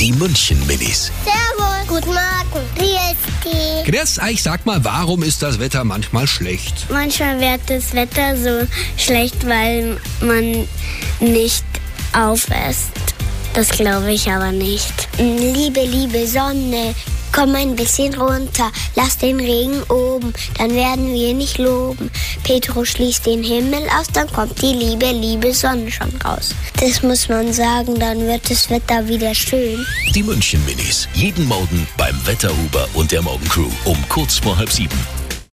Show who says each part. Speaker 1: Die München-Minis.
Speaker 2: Servus. Guten Morgen. Wie ist
Speaker 1: Grüß euch, sag mal, warum ist das Wetter manchmal schlecht?
Speaker 2: Manchmal wird das Wetter so schlecht, weil man nicht aufisst. Das glaube ich aber nicht. Liebe, liebe Sonne, komm ein bisschen runter, lass den Regen oben, dann werden wir nicht loben. Petrus schließt den Himmel aus, dann kommt die liebe, liebe Sonne schon raus. Das muss man sagen, dann wird das Wetter wieder schön.
Speaker 1: Die München-Minis. Jeden Morgen beim Wetterhuber und der Morgencrew um kurz vor halb sieben.